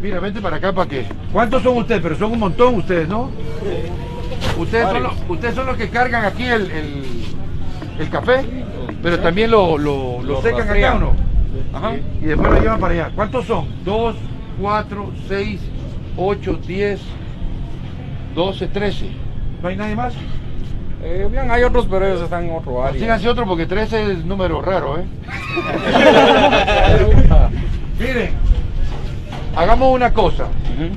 Mira, vente para acá para que. ¿Cuántos son ustedes? Pero son un montón ustedes, ¿no? Ustedes son, los, ustedes son los que cargan aquí el, el, el café, pero también lo, lo, lo Lo secan acá, rastrean. ¿o no? Ajá. Y después lo llevan para allá. ¿Cuántos son? 2, 4, 6, 8, 10, 12, 13. ¿No hay nadie más? Eh, bien, hay otros, pero ellos están en otro área. Síganse otro porque 13 es número raro, ¿eh? Miren, Hagamos una cosa. Ujú.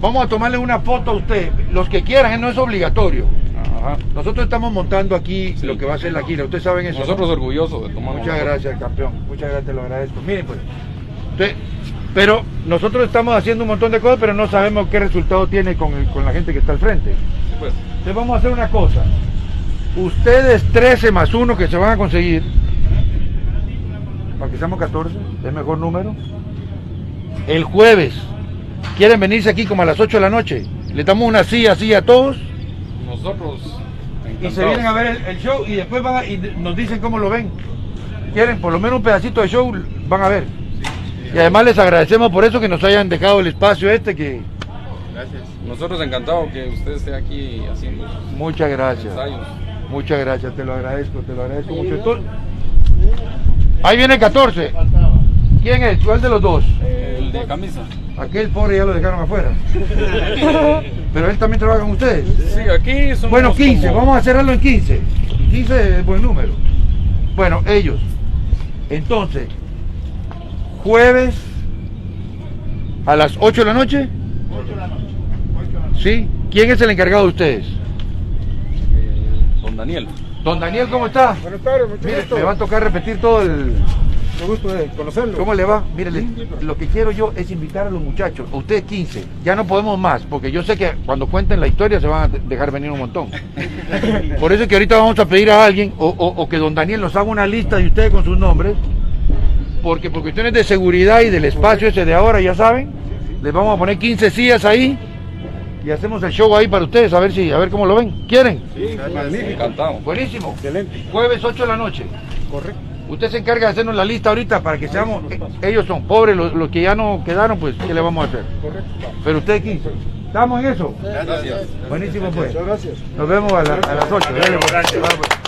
Vamos a tomarle una foto a usted. Los que quieran, ¿eh? no es obligatorio. Ajá. Nosotros estamos montando aquí Sí. lo que va a ser la gira. Ustedes saben eso. ¿no? Nosotros orgullosos de tomar Muchas una foto. gracias, campeón. Muchas gracias, te lo agradezco. Miren, pues. Usted- pero nosotros estamos haciendo un montón de cosas, pero no sabemos qué resultado tiene con, el- con la gente que está al frente. Sí, pues. Entonces vamos a hacer una cosa. Ustedes 13 más 1 que se van a conseguir, para que seamos 14, es mejor número. El jueves, ¿quieren venirse aquí como a las 8 de la noche? Le damos una sí así a todos Nosotros. y encantados. se vienen a ver el, el show y después van a- y nos dicen cómo lo ven. Quieren por lo menos un pedacito de show, van a ver. Y además les agradecemos por eso que nos hayan dejado el espacio este que... Nosotros encantados que usted esté aquí haciendo sus Muchas gracias. ensayos. Muchas gracias, te lo agradezco, te lo agradezco mucho. Entonces, ahí viene el 14. ¿Quién es? ¿Cuál de los dos? El de camisa. Aquel pobre ya lo dejaron afuera. Pero él también trabaja con ustedes. Sí, aquí somos Bueno, 15, como- vamos a cerrarlo en 15. 15 es buen número. Bueno, ellos. Entonces, jueves a las 8 de la noche. 8 de la noche. ¿Sí? ¿Quién es el encargado de ustedes? eh, Don Daniel. Don Daniel, ¿cómo está? Buenas tardes, mucho Mire, gusto. me va a tocar repetir todo el... Me gusto de conocerlo. ¿Cómo le va? Mire, le- lo que quiero yo es invitar a los muchachos, a ustedes 15, ya no podemos más, porque yo sé que cuando cuenten la historia se van a de- dejar venir un montón. Por eso es que ahorita vamos a pedir a alguien, o, o- o que don Daniel nos haga una lista de ustedes con sus nombres, porque por cuestiones de seguridad y del espacio ese de ahora, ya saben, les vamos a poner 15 sillas ahí y hacemos el show ahí para ustedes, a ver si, a ver cómo lo ven. ¿Quieren? Sí, magnífico. Encantado. Buenísimo. Excelente, Jueves 8 de la noche. correcto. Usted se encarga de hacernos la lista ahorita para que seamos. eh, Ellos son pobres, los, los que ya no quedaron, pues, ¿qué le vamos a hacer? Pero ustedes 15. ¿Estamos en eso? Gracias. Buenísimo, pues. Muchas gracias. Nos vemos a, la- a las 8. Dale, pues.